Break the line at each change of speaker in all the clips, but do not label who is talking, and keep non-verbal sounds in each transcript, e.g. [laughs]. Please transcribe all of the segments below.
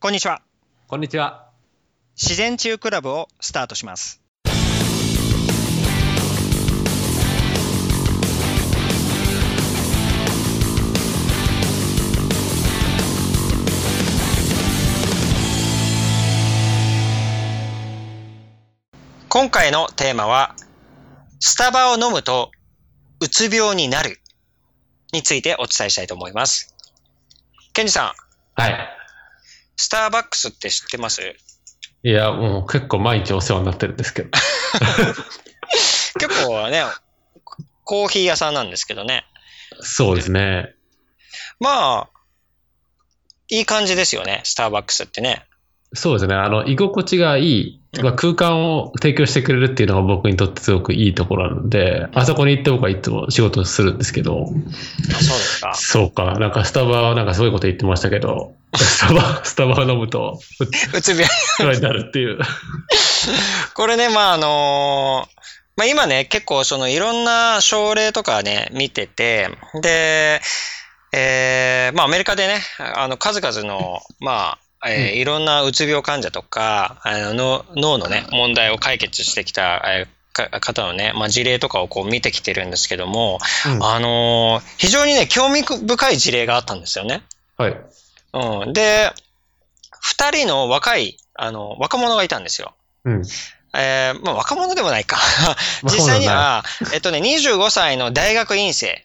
こんにちは。
こんにちは。
自然中クラブをスタートします。今回のテーマは、スタバを飲むとうつ病になるについてお伝えしたいと思います。ケンジさん、
はい。
スターバックスって知ってます
いや、もう結構毎日お世話になってるんですけ
[laughs]
ど。
結構ね、コーヒー屋さんなんですけどね。
そうですね。
まあ、いい感じですよね、スターバックスってね。
そうですね。あの、居心地がいい、まあ空間を提供してくれるっていうのが僕にとってすごくいいところなので、あそこに行って僕はいつも仕事をするんですけ
あ
ど、
そうですか。
そうか、なんかスタバはなんかすごいこと言ってましたけど、スタバ、 [laughs] スタバを飲むと、
[laughs] うつ病。
不安になるって
[laughs]
いう。
これね、まああのーまあ今ね、結構そのいろんな症例とかね、見てて、で、えー、まあアメリカでね、あの数々の、まあ、えーいろんなうつ病患者とか、あのの脳のね、問題を解決してきた、えーか方のね、まあ、事例とかをこう見てきてるんですけども、
うん
あのー非常にね、興味深い事例があったんですよね。
はい。
うん、で、二人の若い、あの、若者がいたんですよ。
うん。
えーまあ若者でも
[laughs]
ないか。
まあ
実際には、えっとね、25歳の大学院生、
そうなんだ。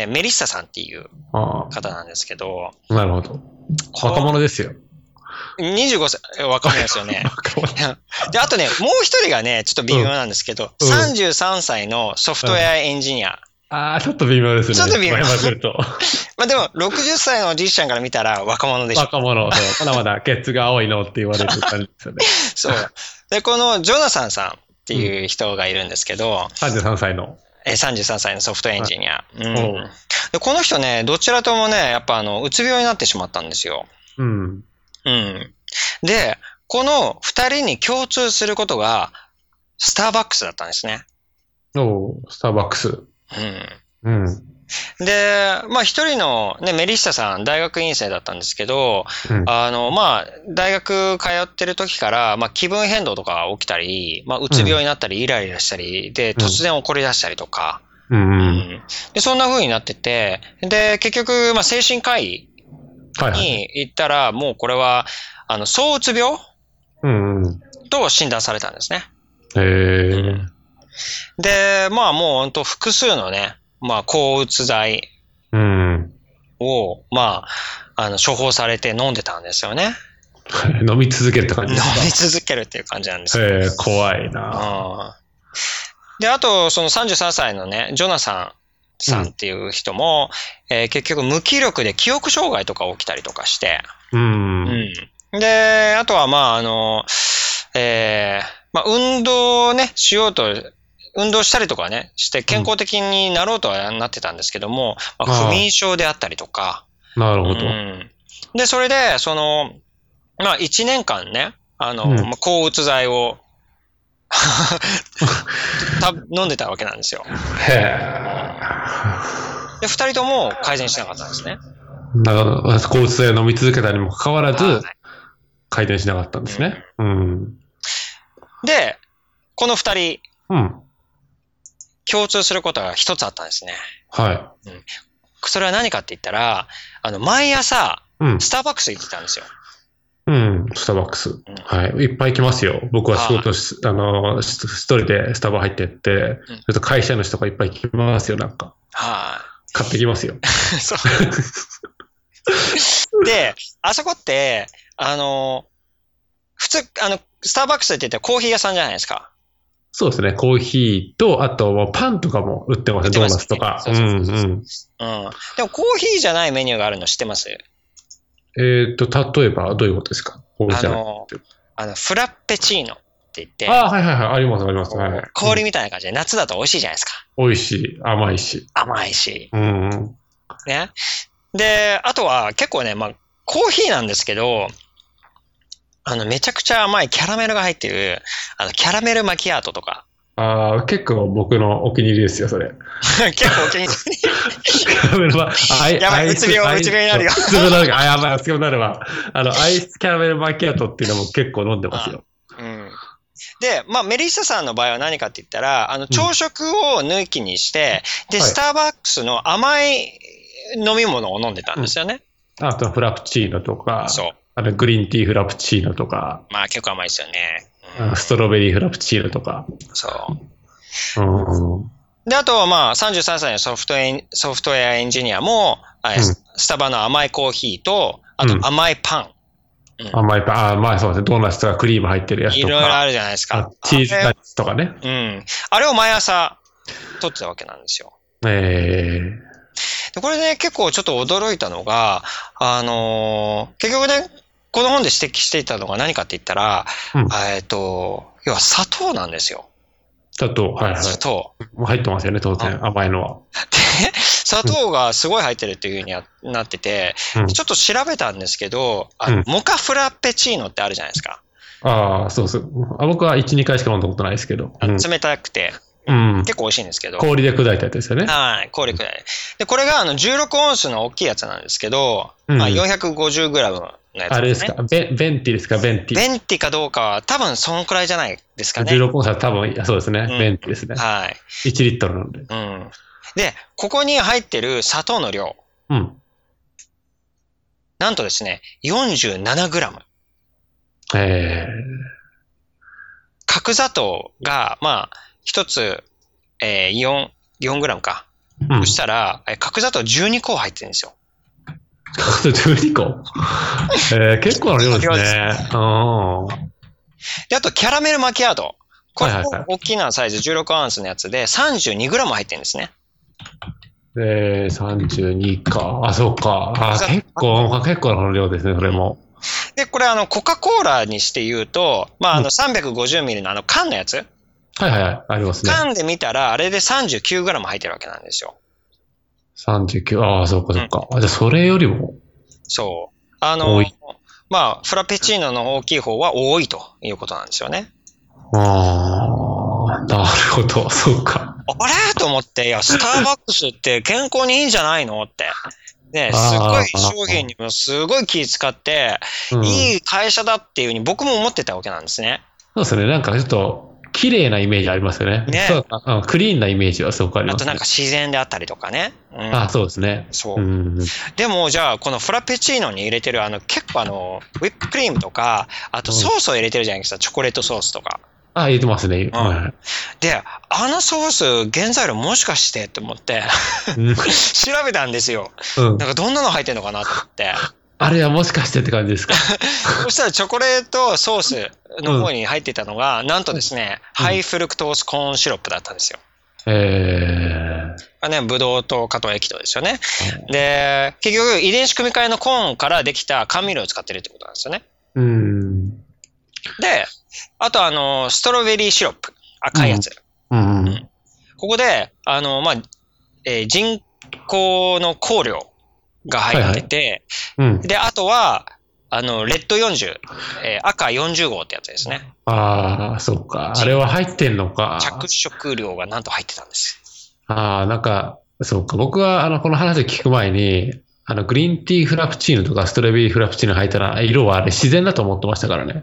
えーメリッサさんっていう
うん。あ
方なんですけど、
あ、なるほど。
こ
若者ですよ。
25歳、え若者ですよ
[laughs]
ね。
若者。
で、あとね、もう一人がね、ちょっと微妙なんですけど、
うんうん
33歳のソフトウェアエンジニア。
ああ、ちょっと微妙ですね。
ちょっと微妙
前々来ると。
まあでも、60歳のおじいちゃんから見たら若者でしょ。
若者、
[laughs]
そうまだまだケツが青いのって言われる感じですよね。
そう。で、このジョナサンさんっていう人がいるんですけど、
33歳の。
えー33歳のソフトエンジニア。うん
おう
でこの人ね、どちらともね、やっぱあの、うつ病になってしまったんですよ。
うん。
うん。で、この二人に共通することが、スターバックスだったんですね。
おうスターバックス。うん。
うん。で、まあ一人のね、メリッサさん、大学院生だったんですけど、
うん
あの、まあ、大学通ってる時から、まあ気分変動とか起きたり、まあうつ病になったり、イライラしたり、で、
うん
突然怒り出したりとか、
うん。
う
うん。
んでそんな風になってて、で、結局、まあ、精神科医
はいはい。
に行ったら、もうこれは、あの、躁うつ病
うんうん。
と診断されたんですね。
へえ。
で、まあもう本当複数のね、まあ、抗うつ剤
うん。 [laughs]
を、まあ、あの、処方されて飲んでたんですよね。
飲み続けるって感
飲 [laughs]
じです
み続けるっていう感じなんです
か。
よ。
へえ、怖い
う
な。
んで、あと、その33歳のね、ジョナサンさんっていう人も、えー結局無気力で記憶障害とか起きたりとかして、
うん。
うんで、あとは、まあ、あの、えーまあ、運動をね、しようと、運動したりとかね、して健康的になろうとはなってたんですけども、まあ
ああ
不眠症であったりとか、
なる
う
ほど。
ん、で、それで、その、まあ、1年間ね、あの、
うん
まあ、抗うつ剤を [laughs] た、飲んでたわけなんですよ。
へえ。
で、2人とも改善しなかったんですね。
だから、抗うつ剤を飲み続けたにもかかわら
はい
ず、回転しなかったんですね。うん。
で、この2人、
うん。
共通することが1つあったんですね。
はい。
それは何かって言ったら、あの、毎朝、
うん。
スターバックス行ってたんですよ。
うん、スターバックス。はい。いっぱい来ますよ。僕は仕事し、あの、し一人でスタバ入ってって、ちょっと会社の人がいっぱい来ますよ、なんか。
は
買ってきますよ。
い。 [laughs] そう。で、あそこって、あの、普通、あの、スターバックスって言ってコーヒー屋さんじゃないですか。
そうですね。コーヒーと、あと、まあパンとかも売ってますね。ドーナツとか。
売ってますねそうそうそうそう
うん
うん。でもコーヒーじゃないメニューがあるの知ってます
うん。えっ、と、例えば、どういうことですかコーヒー
あ
じゃない
の、あの、フラッペチーノって言って、
あ、はいはいはい。あります、あります。はい、
氷みたいな感じで夏だと美味しいじゃないですか。
うん美味しい、甘いし。
甘いし。
うんうん。
ね。で、あとは結構ね、まあ、コーヒーなんですけど、あの、めちゃくちゃ甘いキャラメルが入ってる、あの、キャラメルマキアートとか、 [laughs]
ああ、結構僕のお気に入りですよ、それ。
結構お気に入
キャラメルマ、あ
やばい
アイ
うつ病
ア
う
イ
つ病になるよ
うつ病になるよあ、やばい、うつ病になるわ。あの、アイスキャラメルマキアートっていうのも結構飲んでますよ。
り。うん。で、まあ、メリッサさんの場合は何かって言ったら、あの、朝食を抜きにして、で、
はい
スターバックスの甘い飲み物を飲んでたんですよね。
あと、フラプチーノとか、
そう。
あの、グリーンティーフラプチーノとか、
まあ、結構甘いですよね。
あのストロベリーフラプチーノとか。
そ
うん。
う。で、あとはまあ、33歳のソフトエンソフトウェアエンジニアも、あ
うん
スタバの甘いコーヒーと、あと
うん
甘いパン。
甘いパン、あーまあそうですね。ドーナツとかクリーム入ってるやつ
い
と
ろいろ
か、
あるじゃないです
あ
か。
チーズナッツとかね。
うん。あれを毎朝取ってたわけなんですよ。
え
で、これね、結構ちょっと驚いたのが、あのー結局ね、この本で指摘していたのが何かって言ったら、
うん
えっと、要は砂糖なんですよ。
ー、だと、はいはい。
砂糖。
もう入ってますよね、当然。甘いのは。
で、砂糖がすごい入ってるっていうふうにななってて、
うん
ちょっと調べたんですけど、あ
うん
の、モカフラペチーノってあるじゃないですか。
ああ、そうそう。あ僕は1、2回しか飲んだことないですけど。うん
冷たくて、
うん。
結構美味しいんですけど。
氷で砕いたやつですよね。
はい、氷くらい。で、これがあの16オンスの大きいやつなんですけど、
うん
まあ、450グラムのやつ、
あれですか、ベンベンティですか、ベンティ。
ベンティかどうかは多分そんくらいじゃないですかね。
16本差多分、いやそうですね、
うん
ベンティですね。
はい。
1リットルなので。
うん。で、ここに入ってる砂糖の量、
うん。
なんとですね、47グラム。
え
角砂糖が、まあ、一つ、えー、4、4グラムか。
ー、うん
そ。したら、えー角砂糖12個入ってるんですよ。
12個。えー、結構な量です
量です
ね。あー
で、あと、キャラメルマキアート。これ
はいはいはい
も大きなサイズ、16アウンスのやつで32グラム入ってるんですね。
えー、32か。あ、そうか。あ
そう
ー結構、結構な量ですね、それも。
で、これ、あの、コカ・コーラにして言うと、まあ、あ
うん
の、350ミリのあの、缶のやつ。
はいはいはい、ありますね。
缶で見たら、あれで39グラム入ってるわけなんですよ。
39。ああ、そうかそうか。あじゃあ、それよりも。
そう。あ
多
の
い、
まあ、フラペチーノの大きい方は多いということなんですよね。
ああ、なるほど、そうか。
あれと思って、いや、スターバックスって健康にいいんじゃないのって。ね、
あー
すごい商品にもすごい気使って、
うん、
いい会社だっていうふうに僕も思ってたわけなんですね。
そうですね。なんかちょっと、綺麗なイメージありますよね。
ね
そうあクリーンなイメージはすごくあり
あ
ます、
と
ね。
なんか自然であったりとかね。うん、
あそうですね。
そうう。
ん。
でも、じゃあ、このフラペチーノに入れてる、あの、結構あの、ウィップクリームとか、あとソースを入れてるじゃないですか、チョコレートソースとか。
あ、言ってますね。は
で、あのソース、原材料もしかしてって思って、 [laughs]
い。うん
調べたんですよ。
うん
なんかどんなの入ってんのかなと思
[laughs]
って。
あれはもしかしてって感じ
[laughs]
ですか。
そしたらチョコレートソースの方に入ってたのが、なんとですね、
うん
ハイフルクトースコーンシロップだったんですよ。
え
まあね、ブドウ糖、果糖、液糖ですよね。で、結局遺伝子組み換えのコーンからできた甘味料を使ってるってことなんですよね。
ー、うん。
で、あとあの、ストロベリーシロップ。赤いやつ。
うん。
ここで、あの、まあ、えー人工の香料が入ってて、
うん。
で、あとは、あの、レッド40、えー赤40号ってやつですね。
ああ、そうか。あれは入ってんのか。
着色料がなんと入ってたんです。
ああ、なんか、そうか。僕は、あの、この話を聞く前に、あの、グリーンティーフラプチーノとかストロベリーフラプチーノ入ったら、色はあれ自然だと思ってましたからね。
うん。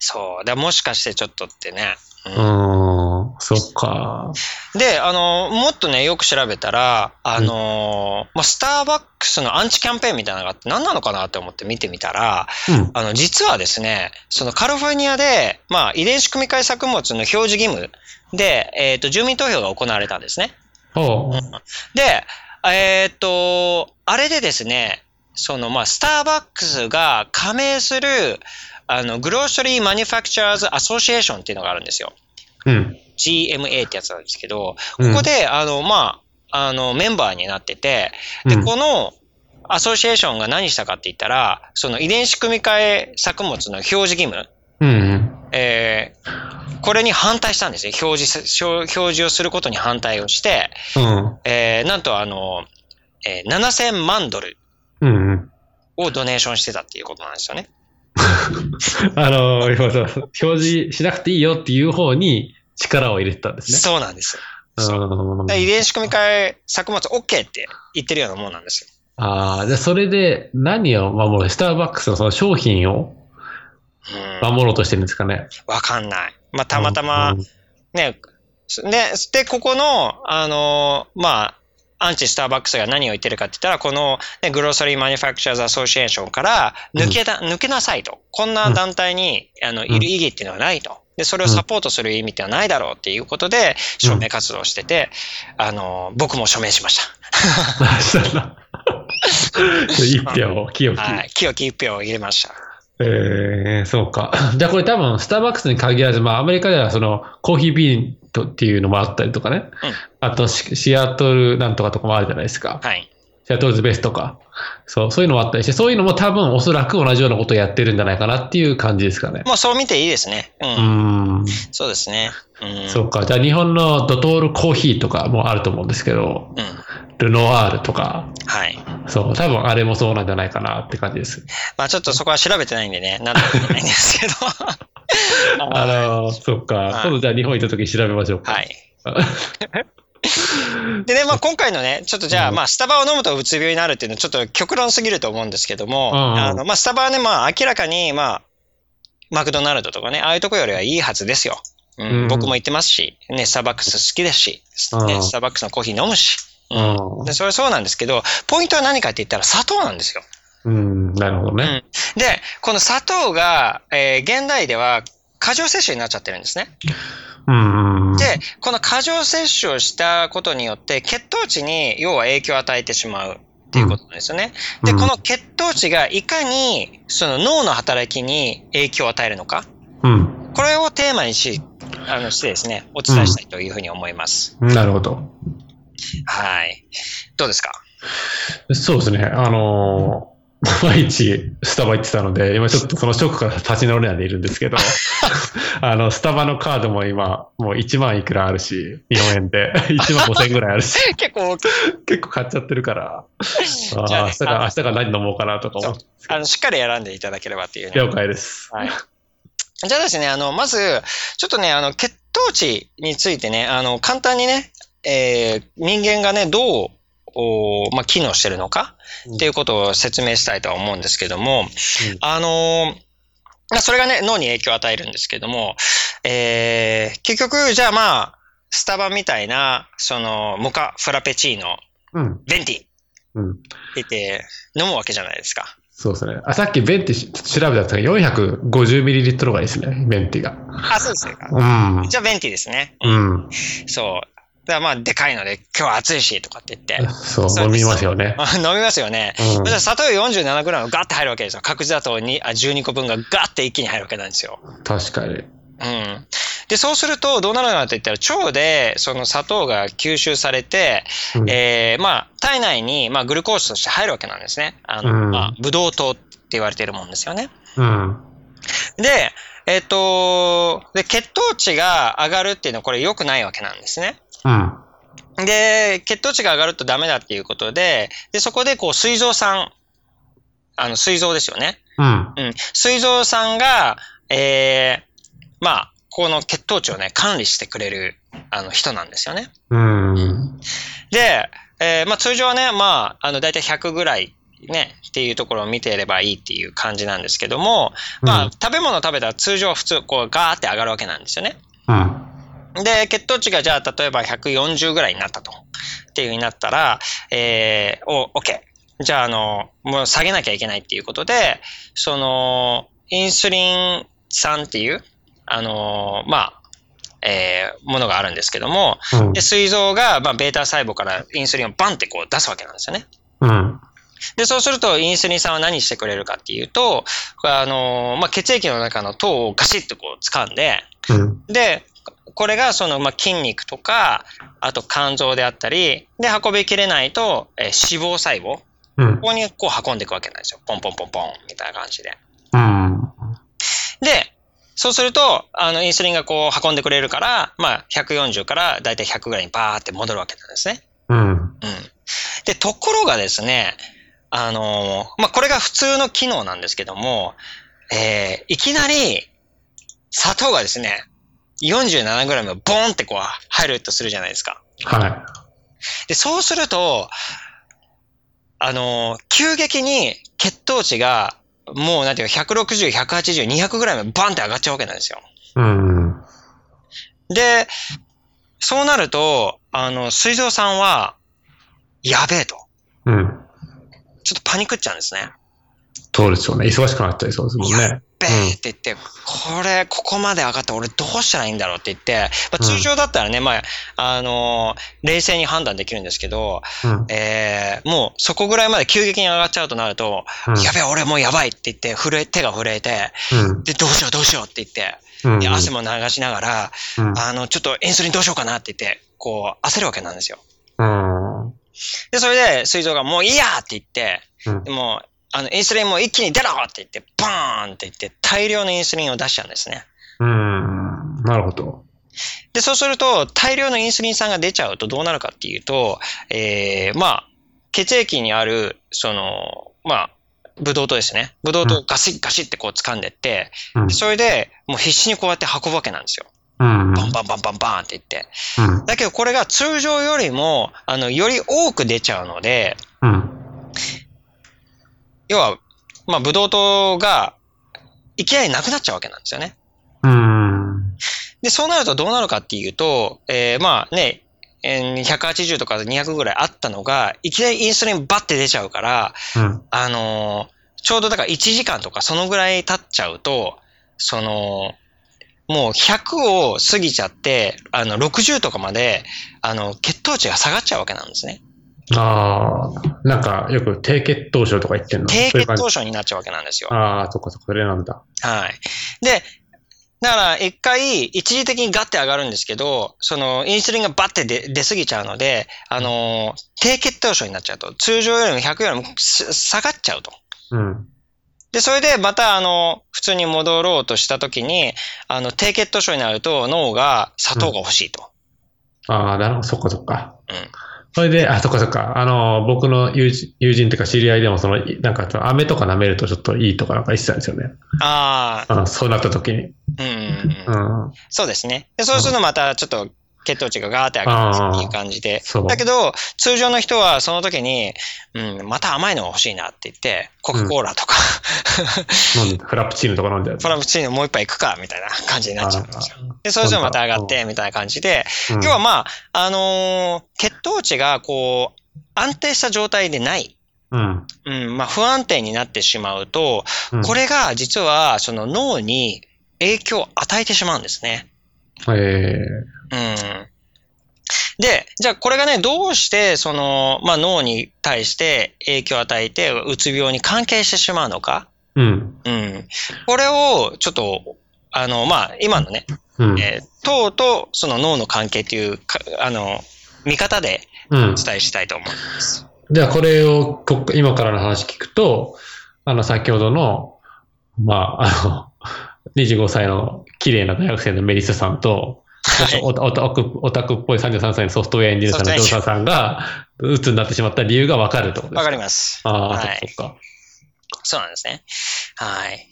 そう。だもしかしてちょっとってね。
うーん、そっか。
で、あの、もっとね、よく調べたら、あの、まあ、スターバックスのアンチキャンペーンみたいなのがあって、何なのかなって思って見てみたら、
うん。
あの、実はですね、そのカリフォルニアで、まあ、遺伝子組み換え作物の表示義務で、えっ、と、住民投票が行われたんですね。
おう
で、えーっと、あれでですね、その、まあ、スターバックスが加盟する、あの、グローストリー・マニュファクチャーズ・アソシエーションっていうのがあるんですよ。
うん。
GMA ってやつなんですけど、
こ
ここ、で、あの、まあ、あの、メンバーになってて、で、
うん
この、アソシエーションが何したかって言ったら、その遺伝子組み換え作物の表示義務、
うんうん。
えーこれに反対したんですね。表示す、表表示をすることに反対をして、
うん。
えーなんとあの、えー7000万ドル
うんうん。
をドネーションしてたっていうことなんですよね。
あの、要はそう表示しなくていいよっていう方に、力を入れてたんですね。
そうなんですよ。そう
うん
だから遺伝子組み換え作物 OK って言ってるようなもんなんですよ。
ああ、で、それで何を守るスターバックスのその商品を
うん
守ろうとしてるんですかね。
わかんない。まあ、たまたま
うん、 [laughs]
ね、すね、で、ここの、あのー、まあ、アンチスターバックスが何を言ってるかって言ったら、この、ね、グローサリー・マニュファクチャーズ・アソシエーションから抜けだ、抜けなさいと。こんな団体に、あの、いる意義っていうのはないと。で、それをサポートする意味ってのはないだろうっていうことで、
うん
署名活動してて、あのー、僕も署名しまし
あそうだ一票、清
た。
き。
はい。清き一票を入れました。
えー、そうか。じゃあこれ多分、スターバックスに限らず、まあアメリカではその、コーヒービーンとっていうのもあったりとかね。あとシ、シアトルなんとかとかもあるじゃないですか。
はい。
シアトルズベースとか。そう、そういうのもあったりして、そういうのも多分おそらく同じようなことをやってるんじゃないかなっていう感じですかね。
もうそう見ていいですね。う。
うんーん。
そうですね。うん。
そうか。じゃあ日本のドトールコーヒーとかもあると思うんですけど、
うん。
ルノワールとか、
はい。
そう、多分あれもそうなんじゃないかなって感じです。
まあちょっとそこは調べてないんでね、なんとも言えないんですけど。
あのー、そう
はい
か。今度じゃあ日本行った時に調べましょうか。
はい。でね、まあ今回のね、ちょっとじゃあ、
うん
まあスタバを飲むとうつ病になるっていうのはちょっと極論すぎると思うんですけども、
うんうん
あの、まあスタバはね、まあ明らかに、まあ、マクドナルドとかね、ああいうとこよりはいいはずですよ。うん
うん
僕も行ってますし、ね、スターバックス好きですし、
うん
ね、スターバックスのコーヒー飲むし、
うん
でそれはそうなんですけど、ポイントは何かって言ったら砂糖なんですよ。
うん、なるほどね。
で、この砂糖が、えー現代では過剰摂取になっちゃってるんですね。
うん。うん、
で、この過剰摂取をしたことによって、血糖値に要は影響を与えてしまうっていうことなんですよね。で、
うん
この血糖値がいかにその脳の働きに影響を与えるのか、
うん、
これをテーマにし、あのしてですね、お伝えしたいというふうに思います。
なるほど。
はい。どうですか [laughs]
そうですね。あのー [laughs] 毎日スタバ行ってたので、今ちょっとそのショックから立ち直れないでいるんですけど、 [laughs] あの、スタバのカードも今、もう1万いくらあるし、日本円で。1万5千ぐらいあるし、 [laughs]
結構大きい、
結構買っちゃってるから、あ
じゃあ
あ明
ね
日から、明日から何飲もうかなとか思って、
あの、しっかり選んでいただければというふうに
了解です。
はい。じゃあですね、あの、まず、ちょっとね、あの、血糖値についてね、あの、簡単にね、えー人間がね、どう、おーまあ、機能してるのかっていうことを説明したいとは思うんですけども、あのーまあ、それがね、脳に影響を与えるんですけども、えー結局、じゃあまあ、スタバみたいな、その、モカ、フラペチーノ、
うん。
ベンティって
うん。
言って飲むわけじゃないですか。
そうですね。あ、さっきベンティ調べたんですけど、450ml がいいですね、ベンティが。
あ、そうですか。
うん。
じゃあ、ベンティですね。
うん。
そう。だからまあ、でかいので、今日は暑いし、とかって言って。
そう、
そう
飲
です
みますよね。
飲みますよね。
うん
じゃあ砂糖 47g ガッて入るわけですよ。角砂糖にあ12個分がガッて一気に入るわけなんですよ。
確かに。
うん。で、そうするとどうなるのかといったら腸でその砂糖が吸収されて、
うん
えーまあ、体内に、まあ、グルコースとして入るわけなんですね。あの、
うん
まあ、ブドウ糖って言われてるもんですよね。
うん。
で、えっ、と、で、血糖値が上がるっていうのはこれ良くないわけなんですね。
うん。
で、血糖値が上がるとダメだっていうことで、で、そこでこう、膵臓さん、あの、膵臓ですよね。
うん。
うん。膵臓さんが、えー、まあ、この血糖値をね、管理してくれる、あの、人なんですよね。
うん。
で、えー、まあ、通常はね、まあ、あの、だいたい100ぐらい、ね、っていうところを見ていればいいっていう感じなんですけども、まあ、
うん
食べ物を食べたら通常は普通、こう、ガーって上がるわけなんですよね。
うん。
で、血糖値がじゃあ、例えば140ぐらいになったと。っていう風になったら、えー、お、OK。じゃあ、あの、もう下げなきゃいけないっていうことで、その、インスリン酸っていう、あの、まあ、えー、ものがあるんですけども、
うん
で、膵臓が、まあ、ベータ細胞からインスリンをバンってこう出すわけなんですよね。
うん。
で、そうすると、インスリン酸は何してくれるかっていうと、あの、まあ、血液の中の糖をガシッとこう掴んで、
うん。
で、これがその、まあ、筋肉とか、あと肝臓であったり、で、運びきれないと、えー脂肪細胞、
うん
こ。こにこう運んでいくわけなんですよ。ポンポンポンポン、みたいな感じで。
うん。
で、そうすると、あの、インスリンがこう運んでくれるから、まあ、140からだいたい100ぐらいにバーって戻るわけなんですね。
うん。
うん。で、ところがですね、あのーまあ、これが普通の機能なんですけども、えーいきなり、砂糖がですね、 47g をボーンってこう入るとするじゃないですか。
は
で、そうすると、あのー急激に血糖値が、もうなんていうか、160、180、200ぐらいまでバンって上がっちゃうわけなんですよ。
い。うん。
で、そうなると、あの、水蔵さんは、やべえと。
うん。
ちょっとパニックっちゃうんですね。
そうでしょうね。忙しくなっちゃいそうですもんね。
べーって言って、これ、ここまで上がって俺どうしたらいいんだろうって言って、まあ、通常だったらね、まあ、あのー冷静に判断できるんですけど、
うん。うん
えー、もうそこぐらいまで急激に上がっちゃうとなると、やべえ、俺もうやばいって言って、震え、手が震えて、
うん
で、どうしようどうしようって言って、
うん。
で汗も流しながら、
うん
あの、ちょっとインスリンどうしようかなって言って、こう、焦るわけなんですよ。
うん。
で、それで、膵臓がもういいやって言って、
うん
でもう、あの、インスリンも一気に出ろって言って、バーンって言って、大量のインスリンを出しちゃうんですね。
うん。なるほど。
で、そうすると、大量のインスリン酸が出ちゃうとどうなるかっていうと、えー、まあ、血液にある、その、まあ、ブドウ糖ですね。ブドウ糖をガシッガシッってこう掴んでって、
うん。
それで、もう必死にこうやって運ぶわけなんですよ。
うん。
バンバンバンバンバンって言って。
うん。
だけどこれが通常よりも、あの、より多く出ちゃうので、
うん。
要は、まあ、ブドウ糖が、いきなりなくなっちゃうわけなんですよね。
うん。
で、そうなるとどうなるかっていうと、えーまあね、えー180とか200ぐらいあったのが、いきなりインスリンバッて出ちゃうから、
うん。
あのーちょうどだから1時間とかそのぐらい経っちゃうと、その、もう100を過ぎちゃって、あの、60とかまで、あの、血糖値が下がっちゃうわけなんですね。
ああ、なんかよく低血糖症とか言ってんの
低血
そういう感
糖
じ
症になっちゃうわけなんですよ。
ああ、そっかそっか、それなんだ。
はい。で、だから一回、一時的にガッて上がるんですけど、その、インスリンがバッて出出過ぎちゃうので、あのー低血糖症になっちゃうと。通常よりも100よりもす下がっちゃうと。
うん。
で、それでまた、あの、普通に戻ろうとした時に、あの、低血糖症になると脳が砂糖が欲しいと。
ああ、なるほど、そっかそっか。
うん
それで、あ、そっかそっか。あのー、僕の友人、友人とか知り合いでも、その、いなんか、飴とか舐めるとちょっといいとかなんか言ってたんですよね。
ああ、
うん、そうなった時に。
うんうん
う
うん、
ん。
そうですね。で、そうするとまたちょっと血糖値がガーって上がるっていう感じで、
そう。
だけど、通常の人はその時に、うん、また甘いのが欲しいなって言って、コカ・コーラとか、
飲んで、フラプチーノとか飲んでやつ
フラプチーノもう一杯行くか、みたいな感じになっちゃうんですよ。で、それぞれまた上がって、みたいな感じで、
うん
要はまあ、あのー血糖値がこう、安定した状態でない。
うん。
うん、まあ不安定になってしまうと、
うん
これが実はその脳に影響を与えてしまうんですね。
え
うんで、じゃあこれがね、どうして、その、まあ脳に対して影響を与えて、うつ病に関係してしまうのか。
えうん。
うん。これを、ちょっと、あの、まあ、今のね、
うん。
えー糖とその脳の関係っていうか、あの、見方で
うん
お。伝えしたいと思います。
じゃあこれをこ今からの話聞くと、あの先ほどの、まあ、あの、25歳の綺麗な大学生のメリッサさんと、
はい
おおおオタクオタクっぽい33歳のソフトウェアエンジニアさんのジョーさんさんが、鬱になってしまった理由がわかるってことです
わかり
ま
ます。
す。ああ、
はい
そっか。
そうなんですね。はい。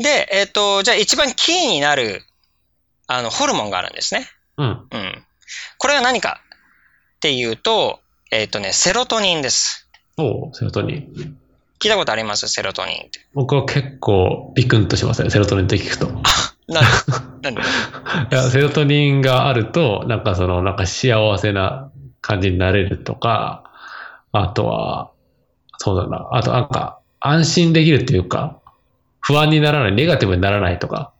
で、えっ、と、じゃあ一番キーになる、あの、ホルモンがあるんですね。
うん。
うん。これは何かっていうと、えっ、とね、セロトニンです。
おうセロトニン。
聞いたことありますセロトニンって。
僕は結構ビクンとしますね、セロトニンって聞くと。
なん
[laughs]
でなんで
いやセロトニンがあると、なんかその、なんか幸せな感じになれるとか、あとは、そうだな、あとなんか、安心できるっていうか、不安にならない、ネガティブにならないとか、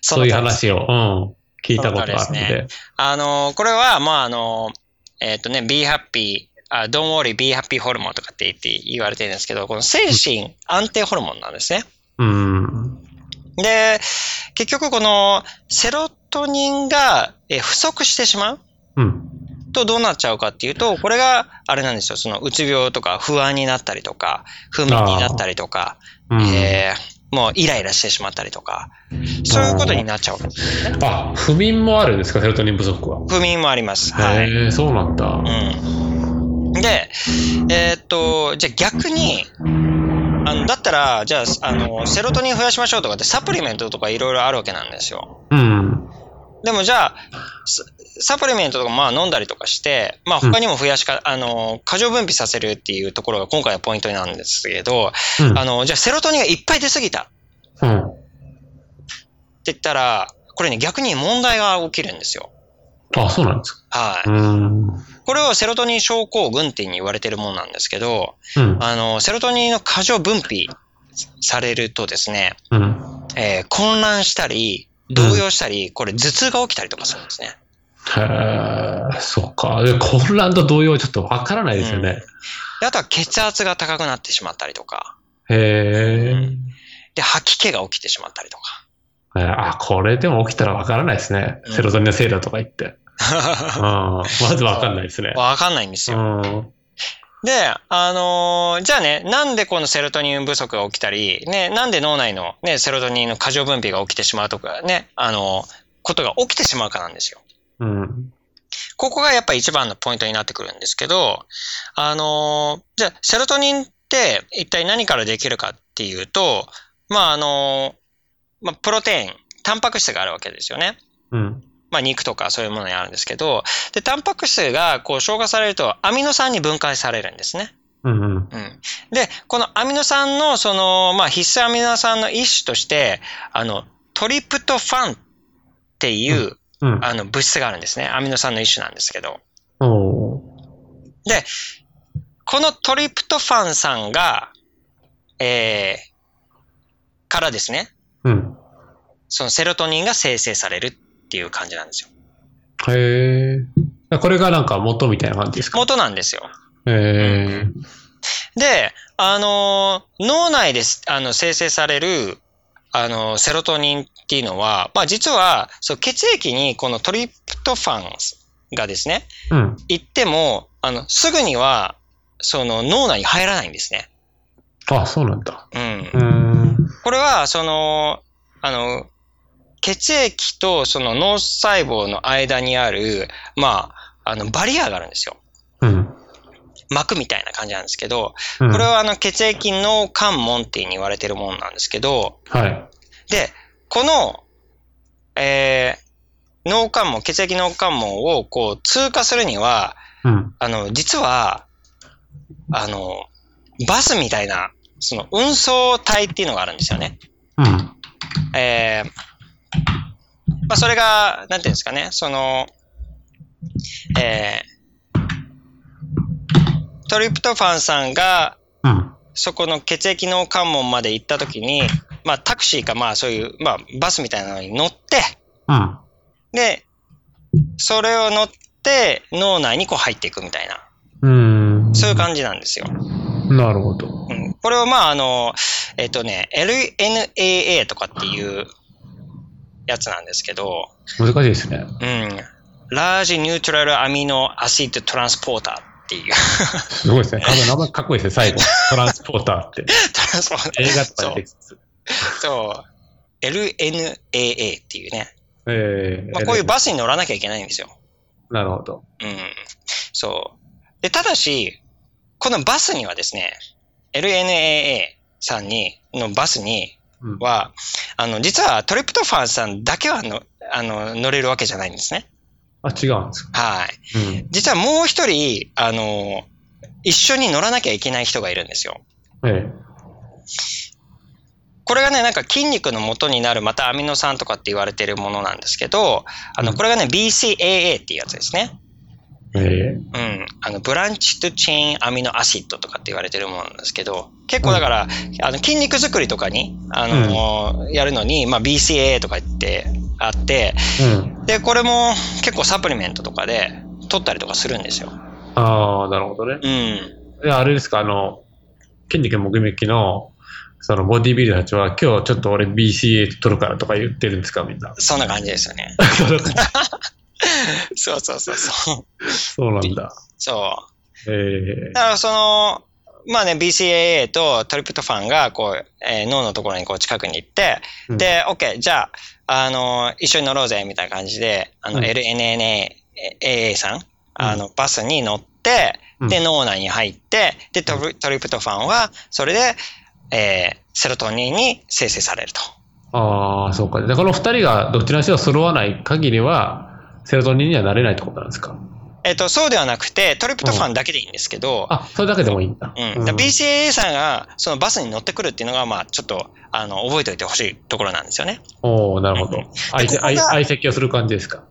そういう
の通りです
話を、うん、聞いたことがあるの
その通り
で。
あのーこれは、まあ、あのーえっ、とね、be happy, あ don't worry, be happy ホルモンとかって言って言われてるんですけど、この精神安定ホルモンなんですね。
うん。
で、結局このセロトニンがえー不足してしまう
うん。
とどうなっちゃうかっていうと、これがあれなんですよ、そのうつ病とか不安になったりとか、不眠になったりとか、
うん
えーもうイライラしてしまったりとか、そういうことになっちゃうわけです。
あ、不眠もあるんですか、セロトニン不足は。
不眠もあります。はい。
へえ、そうなんだ。
うん。で、えーっと、じゃあ逆に、あのだったら、じゃあ、あの、セロトニン増やしましょうとかって、サプリメントとかいろいろあるわけなんですよ。
うん。
でもじゃあ、ササプリメントとかまあ飲んだりとかして、まあ他にも増やしか、あの、過剰分泌させるっていうところが今回のポイントなんですけど、
うん
あの、じゃあセロトニンがいっぱい出すぎた
うん。
って言ったら、これね、逆に問題が起きるんですよ。
あ、そうなんですか。
は
うーん。うん。
い。これをセロトニン症候群っていうふうに言われてるもんなんですけど、あの、セロトニンの過剰分泌されるとですね、
うん。
えー混乱したり、動揺したり、これ頭痛が起きたりとかするんですね。
へえ、そっか。で混乱と動揺はちょっとわからないですよね。
であとは血圧が高くなってしまったりとか、
へえ。
で、吐き気が起きてしまったりとか。
えーあ、これでも起きたらわからないですね。
うん
セロトニンのせいだとか
[laughs]
言って。うん。まずわかんないですね。
わかんないんです
う
よ。
ん。
で、あのーじゃあね、なんでこのセロトニン不足が起きたり、ね、なんで脳内のね、セロトニンの過剰分泌が起きてしまうとかね、あのーことが起きてしまうかなんですよ。
うん。
ここがやっぱ一番のポイントになってくるんですけど、あのーじゃあ、セロトニンって一体何からできるかっていうと、まあ、あのーまあ、プロテイン、タンパク質があるわけですよね。
うん。
まあ、肉とかそういうものにあるんですけど、で、タンパク質がこう消化されるとアミノ酸に分解されるんですね。
うん。うん。
うん。で、このアミノ酸の、その、まあ、必須アミノ酸の一種として、あの、トリプトファンっていう、
うん。
あの、物質があるんですね。アミノ酸の一種なんですけど。
おー
このトリプトファンさんが、えー、からですね、
うん。
そのセロトニンが生成されるっていう感じなんですよ。
へえ。これがなんか元みたいな感じですか
元なんですよ。
へえ。
で、あのー脳内です、あの、生成される、あのーセロトニンっていうのは、まあ実は、そう、血液にこのトリプトファンがですね、
うん。
行っても、あの、すぐには、その脳内に入らないんですね。
あ、そうなんだ。
うん
う。ーん。
これは、その、あの、血液とその脳細胞の間にある、まあ、あの、バリアがあるんですよ。
うん。
膜みたいな感じなんですけど、
うん
これ。はあの、血液脳関門っていうふうに言われてるものなんですけど、
はい。
で、この、えー、脳関門、血液脳関門をこう通過するには、
うん。
あの、実は、あの、バスみたいな、その運送体っていうのがあるんですよね。
うん。
えーまあ、それが、なんていうんですかね、その、えートリプトファンさんが、
うん。
そこの血液脳関門まで行ったときに、まあ、タクシーか、まあ、そういう、まあ、バスみたいなのに乗って、
うん。
で、それを乗って、脳内にこう入っていくみたいな、
うーん。
そういう感じなんですよ。
なるほど。
うん、これを、まあ、あの、えっ、とね、LNAA とかっていうやつなんですけど、
難しいですね。
うん。ラージニュートラルアミノアシッドトランスポーター
[laughs]
っていう。
すごい [laughs] ですね。か名前かっこいいですね、最後。トランスポーター [laughs] って。
トランスポーター。
映画とか出てきつつ。
そう。LNAA っていうね。
ええ
まあ、こういうバスに乗らなきゃいけないんですよ。
なるほど。
うん。そう。で、ただし、このバスにはですね、LNAA さんに、のバスに
うん。
は、あの、実はトリプトファンさんだけはの、あの、乗れるわけじゃないんですね。
あ、違うんですか。
はい。
うん。
実はもう一人、あの、一緒に乗らなきゃいけない人がいるんですよ。
え
これがね、なんか筋肉の元になる、またアミノ酸とかって言われてるものなんですけど、あの、
うん
これがね、BCAA っていうやつですね。
え。え
うん。あの、ブランチとチェーンアミノアシッドとかって言われてるものなんですけど、結構だから、あの、筋肉作りとかに、あの、やるのに、まあ、BCAA とか言ってあって、
え。うん。
で、これも結構サプリメントとかで取ったりとかするんですよ。
ああ、なるほどね。
うん。
で、あれですか、あの、筋肉もぐみきの、そのボディビルダーたちは、今日ちょっと俺 BCA 取るからとか言ってるんですか、みんな。
そんな感じですよ
[laughs]
ね。 [laughs] そうそうそうそう。
そうなんだ。
そう。
ええ
だからその、まあね、BCAA とトリプトファンが、こう、えー脳のところにこう近くに行って、
うん
で、OK、じゃあ、あの一緒に乗ろうぜ、みたいな感じで、あの、
うん
LNNAA さん、あの、バスに乗って、
うん
で、脳内に入って、で、トリトリプトファンは、それで、えーセロトニンに生成されると。
ああ、そうか。で、この二人がどちらにせよ揃わない限りは、セロトニンにはなれないってことなんですか
えっと、そうではなくて、トリプトファンだけでいいんですけど、
あ、それだけでもいいんだ。
うん、だから BCAA さんがそのバスに乗ってくるっていうのが、まあ、ちょっとあの覚えておいてほしいところなんですよね。
おおなるほど
うん。
相
こ
手
こが
相相席をする感じですか。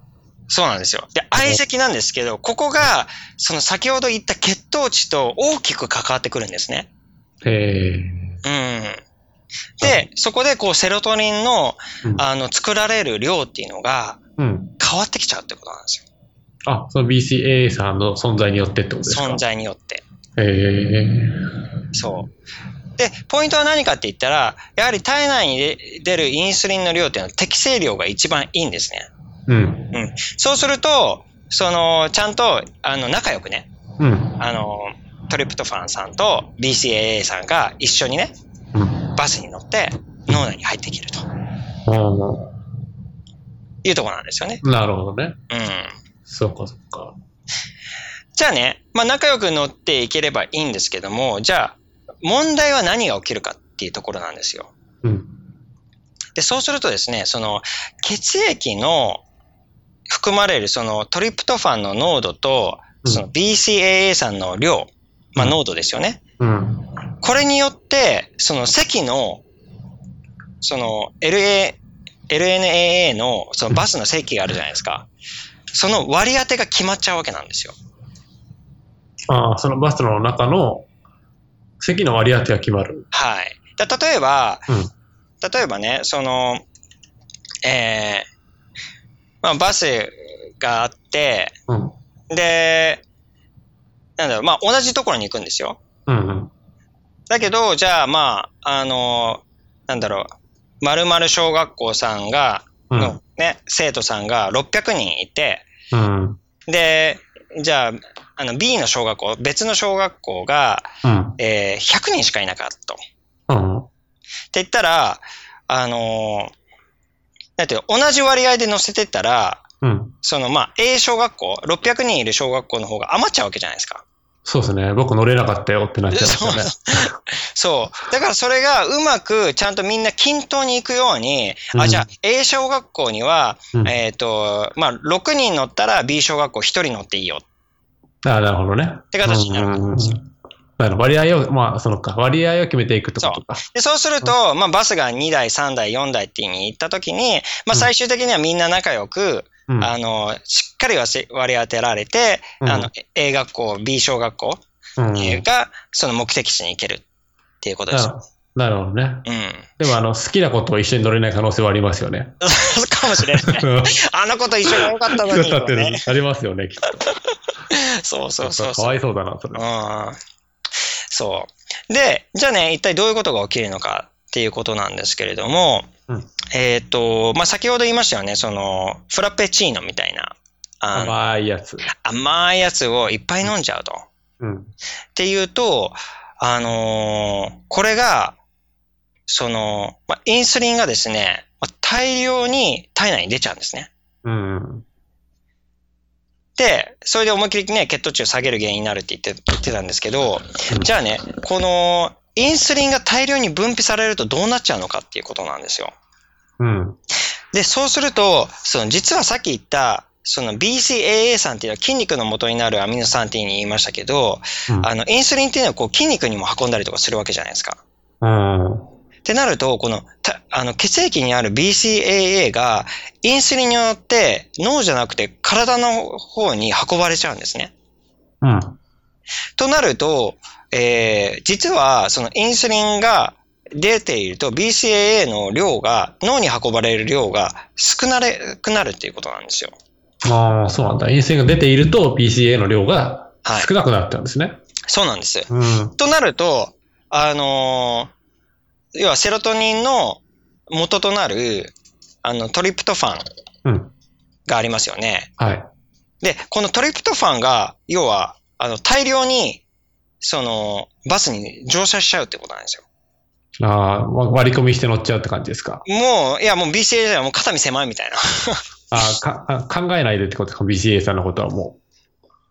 そうなんですよ。で、相席なんですけど、ここが、その先ほど言った血糖値と大きく関わってくるんですね。
え
うん。で、そこでこうセロトニンの
うん、
あの、作られる量っていうのが
えうん。
変わってきちゃうってことなんですよ。
あ、その BCA さんの存在によってってことですか
存。在によって。
ええ
そう。で、ポイントは何かって言ったら、やはり体内に出出るインスリンの量っていうのは適正量が一番いいんですね。
うん。
うん。そうすると、その、ちゃんと、あの、仲良くね、
うん。
あの、トリプトファンさんと BCAA さんが一緒にね、
うん。
バスに乗って脳内に入ってきると
お
いうところなんですよね。
ーなるほどね。
うん。
そうか、そうか。
じゃあね、まあ仲良く乗っていければいいんですけども、じゃあ問題は何が起きるかっていうところなんですよ。
うん。
で、そうするとですね、その血液の含まれるそのトリプトファンの濃度と、
うん
その BCAA さんの量、まあ
うん
濃度ですよね。
うん。
これによって、その積の、その LA、LNAA のそのバスの積があるじゃないですか。その割り当てが決まっちゃうわけなんですよ。
ああ、そのバスの中の席の割り当てが決まる。
はい。だ例えば、
うん
例えばね、その、えー、まあ、バスがあって、
うん。
で、なんだろう、まあ、同じところに行くんですよ。
うんうん。
だけど、じゃあ、まあ、あの、なんだろう、〇〇小学校さんが、
う
の
ん。
ね、生徒さんが600人いて、
うん。
で、じゃあ、あの、B の小学校、別の小学校が、
うん。
えー100人しかいなかったと。
うん。
って言ったら、あのーだって同じ割合で乗せてったら、
うん。
そのまあ A 小学校、600人いる小学校の方が余っちゃうわけじゃないですか。
そうですね。僕乗れなかったよってなっちゃいます
そう
よね。
そう。だからそれがうまくちゃんとみんな均等に行くように、
う
あ、
ん
じゃあ A 小学校には、
うん
えっ、と、まあ6人乗ったら B 小学校1人乗っていいよ。
ああ、なるほどね。って
形になるわけですよ
なるほど割合を、まあ、そのか、割合を決めていくってことか。
で、そうすると、まあバスが2台、3台、4台っていう風に行った時に、まあ
うん
最終的にはみんな仲良く、
うん。
あの、しっかり割り当てられて、
うん
あの、A 学校、B 小学校
うん
が、その目的地に行けるっていうことです。
ななるほどね。
うん。 [laughs]
でも、あの、好きなことを一緒に乗れない可能性はありますよね。 [laughs]
かもしれない。あの子と一緒によかった
[laughs]
のに、
だって
ね。
ありますよね、きっと。
そうそうそう
か
そう。
わいそうだな、それ。
うん。そう。で、じゃあね、一体どういうことが起きるのかっていうことなんですけれども、
うん
えっ、と、まあ、先ほど言いましたよね、その、フラペチーノみたいな、あの
甘いやつ。
甘いやつをいっぱい飲んじゃうと。
うん。
っていうと、あのーこれが、その、まあ、インスリンがですね、まあ大量に体内に出ちゃうんですね。
うん。
で、それで思いっきりね、血糖値を下げる原因になるって言って言ってたんですけど
う、ん
じゃあね、この、インスリンが大量に分泌されるとどうなっちゃうのかっていうことなんですよ。
うん。
で、そうすると、その、実はさっき言った、その BCAA さんっていうのは筋肉の元になるアミノ酸っていうふうに言いましたけど、あの、インスリンっていうのはこう筋肉にも運んだりとかするわけじゃないですか。
うん。
ってなると、このたあの血液にある BCAA がインスリンによって脳じゃなくて体の方に運ばれちゃうんですね。
うん。
となると、えー実はそのインスリンが出ていると BCAA の量が脳に運ばれる量が少なくなるっていうことなんですよ。
ああ、そうなんだ。陰性が出ていると PCA の量が
はい
少なくなっちゃうんですね。
そうなんです。
うん。
となると、あのー要はセロトニンの元となるあのトリプトファン
うん。
がありますよね。
はい。
で、このトリプトファンが、要は、あの、大量に、その、バスに乗車しちゃうってことなんですよ。
ああ、わ割り込みして乗っちゃうって感じですか。
もう、いや、もう BCA はもう肩身狭いみたいな。
ああかあ考えないでってことですか、BCA さんのことはも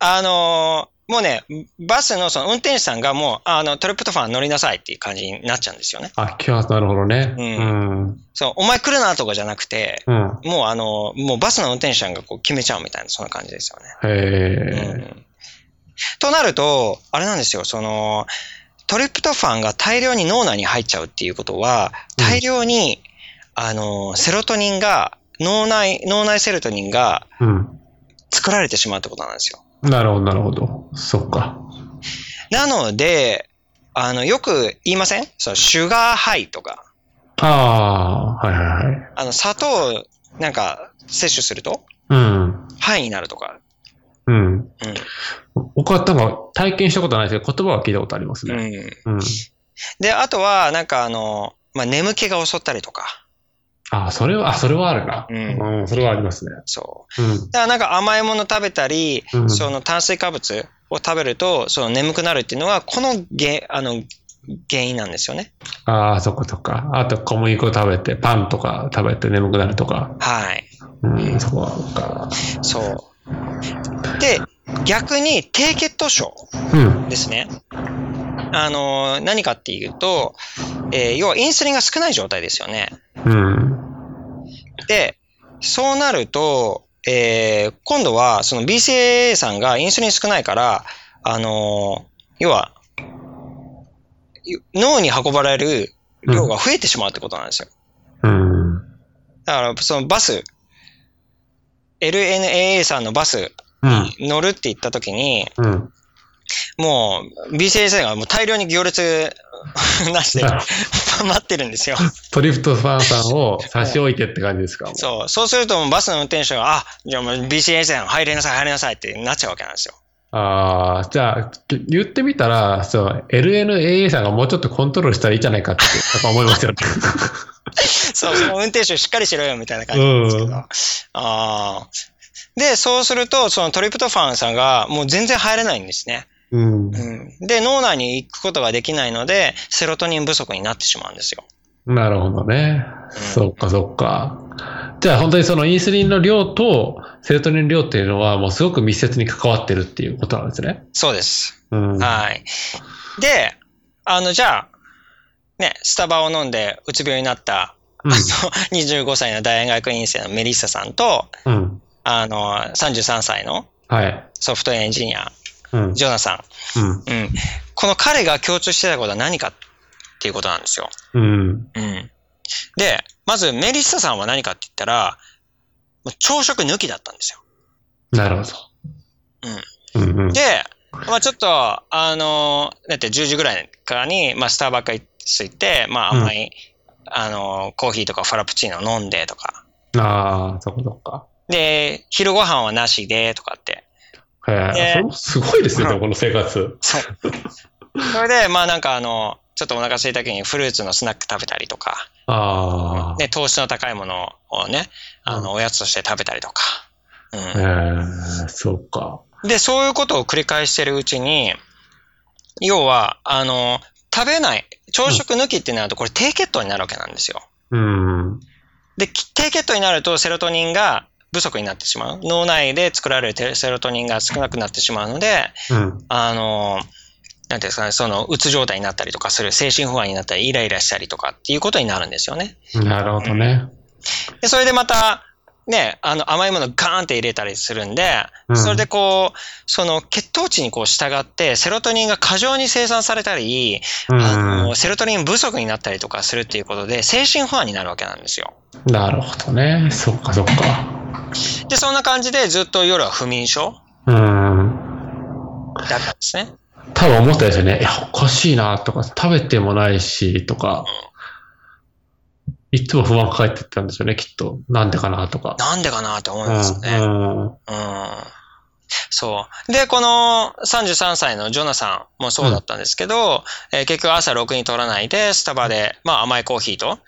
あのーもうね、バスのその運転手さんがもう、あの、トリプトファン乗りなさいっていう感じになっちゃうんですよね。
う。あ、今日はなるほどね。
う
うん。
そう、お前来るなとかじゃなくて、
うん。
もうあの、もうバスの運転手さんがこう決めちゃうみたいな、そんな感じですよね。う
へえ。
んとなると、あれなんですよ、その、トリプトファンが大量に脳内に入っちゃうっていうことは、
うん
大量に、あの、セロトニンが、脳内、脳内セロトニンが
うん。
作られてしまうってことなんですよ。
なるほど、なるほど。そっか。
なので、あの、よく言いませんそう、シュガーハイとか、
ああ、はいはいはい。
あの、砂糖をなんか摂取すると、
うん。
ハイになるとか。
うん。
うん。
僕はなんか体験したことはないですけど、言葉は聞いたことあります
うん。
ね。うん。
で、あとは、なんかあの、まあ、眠気が襲ったりとか、
ああ、それは、あ、それはあるな。
う
うん、それはありますね。
そう。
うん。
だからなんか甘いもの食べたり、
うん
その炭水化物を食べると、その眠くなるっていうのは、このげあの原因なんですよね。
ああ、そっかそっか。あと小麦粉食べて、パンとか食べて眠くなるとか。
はい。
うん、そこはあるか。
そう。で、逆に低血糖症
うん。
ですね。あの、何かっていうと、えー要はインスリンが少ない状態ですよね。
うん。
で、そうなると、えー今度は、その BCAA さんがインスリン少ないから、あのー要は、い脳に運ばれる量が増えてしまうってことなんですよ。
うん。
だから、そのバス、LNAA さんのバス
うん。
乗るって言った時に、
うん。
もう BCAA さんがもう大量に行列 [laughs] な
[laughs]
して、
なる
待ってるんですよ。
トリプトファンさんを差し置いてって感じですか。
そう。そうすると、バスの運転手が、あ、じゃあもう BCAA さん入りなさい、入りなさいってなっちゃうわけなんですよ。
ああ、じゃあ、言ってみたら、そう、LNAA さんがもうちょっとコントロールしたらいいじゃないかって、やっぱ思いますよね。 [laughs]
そう、その運転手しっかりしろよみたいな感じなんですけど。
うん
ああーで、そうすると、そのトリプトファンさんがもう全然入れないんですね。
[laughs] うん。
うん、で、脳内に行くことができないので、セロトニン不足になってしまうんですよ。
なるほどね。そっかそっか。じゃあ本当にそのインスリンの量とセロトニンの量っていうのはもうすごく密接に関わってるっていうことなんですね。
そうです。
うん。
はい。で、あの、じゃあ、ね、スタバを飲んでうつ病になった、 [laughs] あ
うん
の、25歳の大学院生のメリッサさんと、
うん。
あの、33歳の
はい。
ソフトウェアエンジニア、
うん。うん。
ジョナさん、うん、この彼が共通してたことは何かっていうことなんですよ。
うん。
うん、で、まずメリッサさんは何かって言ったら、もう朝食抜きだったんですよ。
なるほど。うん。うん。
で、まあ、ちょっと、あのーだって10時ぐらいからに、まあ、スターバックス行って、まあ、
うん
甘い、あのーコーヒーとかファラプチーノ飲んでとか、
ああ、そっかそっか。
で、昼ご飯はなしでとかって。
へ
で
え。それもすごいですね、でもこの生活。
そう。
[laughs]
それで、まあなんかあの、ちょっとお腹空いた時にフルーツのスナック食べたりとか、
あ
ね、糖質の高いものをね、あ
う
の、おやつとして食べたりとか。
あ。へえ、そっか。
うん、で、そういうことを繰り返してるうちに、要は、あの、食べない、朝食抜きってなると、これ低血糖になるわけなんですよ。
うん。
で、き低血糖になるとセロトニンが不足になってしまう。脳内で作られるテセロトニンが少なくなってしまうので、
うん。
あの、なんていうんですかね、その、うつ状態になったりとかする、精神不安になったり、イライラしたりとかっていうことになるんですよね。
なるほどね。
で、それでまた、ね、あの甘いものガーンって入れたりするんで、
うん
それでこう、その血糖値にこう従って、セロトニンが過剰に生産されたり、
うん。
あのセロトニン不足になったりとかするっていうことで、精神不安になるわけなんですよ。
なるほどね。そっかそっか。
で、そんな感じでずっと夜は不眠症
うん。
だったんですね。
多分思ったですよね。いや、おかしいなとか、食べてもないしとか、いつも不安抱えてたんですよね、きっと。なんでかなとか。
なんでかなって思いますね。
うん。うん。
うんそう。で、この33歳のジョナさんもそうだったんですけど、えー結局朝6に取らないで、スタバで、まあ甘いコーヒーと、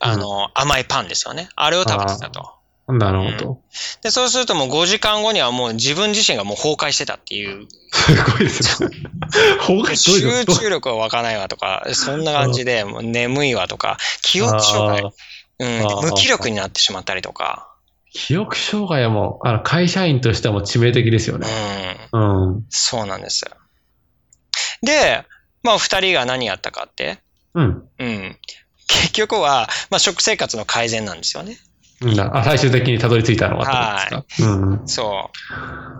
あの、甘いパンですよね。あれを食べてたと。
なるほど。
で、そうするともう5時間後にはもう自分自身がもう崩壊してたっていう、
すごいで
[laughs]
すよね。ほう
集
[laughs] どういうこと
中力は湧かないわとか、そんな感じで、もう眠いわとか、記憶障
あー
害、うん
あ、ー
無気力になってしまったりとか、
記憶障害はもう、あの、会社員としてはもう致命的ですよ
うん
ね。、うん。
そうなんです。で、まあ二人が何やったかって、
うん。
うん。結局は、まあ、食生活の改善なんですよね。
うんあ最終的にたどり着いたのはってことですか。うん。
そう。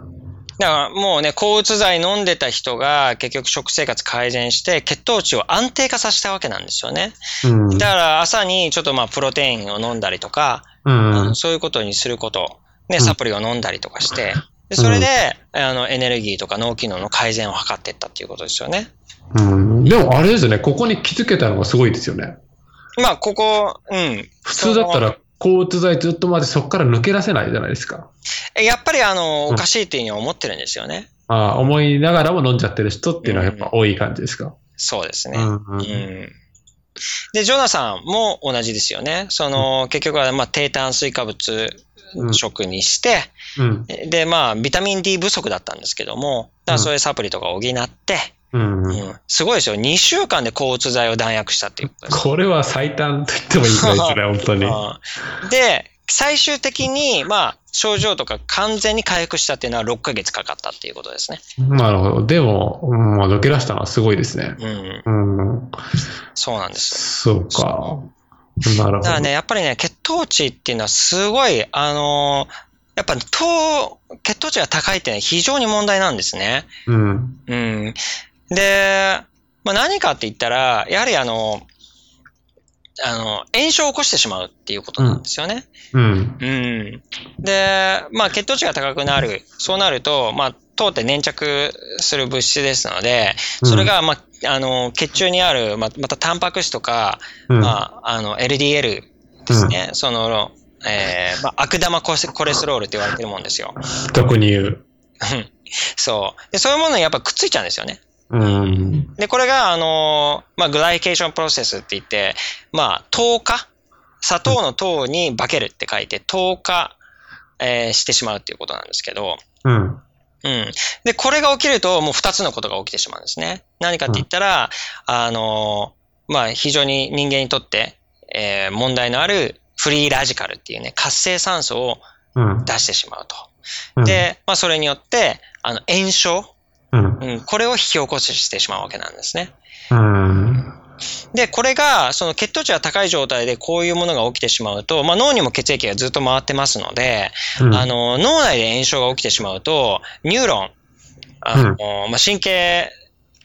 だからもうね、抗うつ剤飲んでた人が結局食生活改善して血糖値を安定化させたわけなんですよね。
うん。
だから朝にちょっとまあプロテインを飲んだりとか、
うん。
そういうことにすること、ね、
うん
サプリを飲んだりとかして、でそれで、あのエネルギーとか脳機能の改善を図っていったっていうことですよね。
うん。でもあれですよね、ここに気づけたのがすごいですよね。
まあ、ここ、うん。
普通だったら、抗うつ剤ずっとまでそこから抜け出せないじゃないですか。
えやっぱりあの、
うん
おかしいっていうふうには思ってるんですよね。
ああ、思いながらも飲んじゃってる人っていうのはやっぱ多い感じですか。
そうです
う
ね。
ん。
う。んで、ジョナさんも同じですよね。その、結局は、まあ、低炭水化物食にして、
うん。
で、まあ、ビタミン D 不足だったんですけども、だからそういうサプリとかを補って、
うん。うん
うんすごいですよ。2週間で抗うつ剤を弾薬したっていうことです。
これは最短と言ってもいいぐらいですね、本
うんで、最終的に、まあ、症状とか完全に回復したっていうのは6ヶ月かかったっていうことですね。
当に。なるほど。でも、うん、まあ、抜け出したのはすごいですね。
うん、
うん。
そうなんですよ。
そうか。なる
だ
ほ
から
ど。
ね、やっぱりね、血糖値っていうのはすごい、あのーやっぱ糖、血糖値が高いってね、非常に問題なんですね。
うん。
うん。で、まあ、何かって言ったら、やはりあの、あの、炎症を起こしてしまうっていうことなんですよね。
うん。
うん。で、まあ血糖値が高くなる。そうなると、まあ糖って粘着する物質ですので、それが、まあ、あの、血中にある、まあまたタンパク質とか、
うん、
まあ、あの、LDL ですね。その、えーまあ、悪玉コレコレステロールって言われてるもんですよ。
特に言う。
うんそう。で、そういうものにやっぱくっついちゃうんですよね。
うん。
で、これが、あのーまあ、グライケーションプロセスって言って、まあ、糖化砂糖の糖に化けるって書いて、糖化、えーしてしまうっていうことなんですけど、
うん。
うん。で、これが起きると、もう二つのことが起きてしまうんですね。何かって言ったら、あのー、まあ、非常に人間にとって、えー問題のあるフリーラジカルっていうね、活性酸素を
うん。
出してしまうと。
うん、
で、まあ、それによって、あの、炎症、
うん。
うん、これを引き起こしてしまうわけなんですね。
うん。
で、これが、その血糖値が高い状態でこういうものが起きてしまうと、まあ、脳にも血液がずっと回ってますので、
うん
あ、の、脳内で炎症が起きてしまうと、ニューロン、あのまあ、神経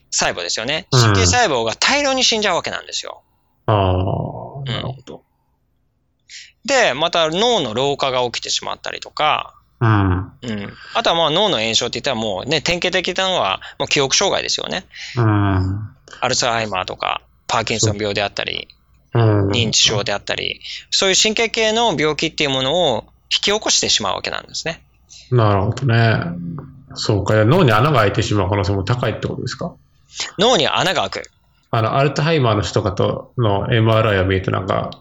細胞ですよね。
うん
神経細胞が大量に死んじゃうわけなんですよ。
ああ、なるほど。
で、また脳の老化が起きてしまったりとか、
うん。
うん、あとはまあ脳の炎症って言ったらもうね、典型的なのはもう記憶障害ですよね。
うん。
アルツハイマーとか、パーキンソン病であったり、
うん。
認知症であったり、そういう神経系の病気っていうものを引き起こしてしまうわけなんですね。
なるほどね。そうか。じゃあ脳に穴が開いてしまう可能性も高いってことですか
脳に穴が開く。
あの、アルツハイマーの人とかとの MRI を見るとなんか、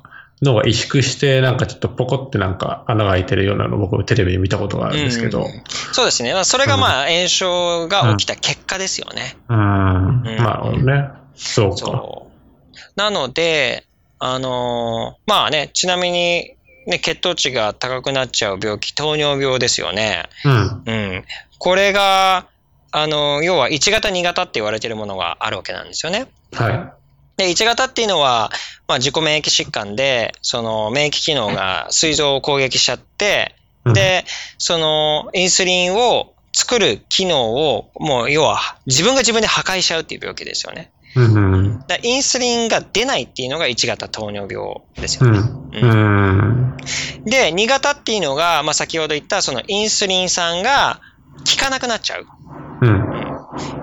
脳が萎縮して、なんかちょっとポコってなんか穴が開いてるようなの僕もテレビで見たことがあるんですけど。
うんそうですね。まあそれがまあ炎症が起きた結果ですよね。
うん。なるほどね。そうか。
そう。なので、あのーまあね、ちなみに、ね、血糖値が高くなっちゃう病気、糖尿病ですよね。
うん。
うん。これが、あのー要は1型2型って言われてるものがあるわけなんですよね。
はい。
で、1型っていうのは、まあ、自己免疫疾患で、その免疫機能が膵臓を攻撃しちゃって、
うん、
で、そのインスリンを作る機能を、もう要は自分が自分で破壊しちゃうっていう病気ですよね。
うん。うん。
だからインスリンが出ないっていうのが1型糖尿病です
う
よね。
ん。うん。
で、2型っていうのが、まあ、先ほど言ったそのインスリン酸が効かなくなっちゃう。
うん。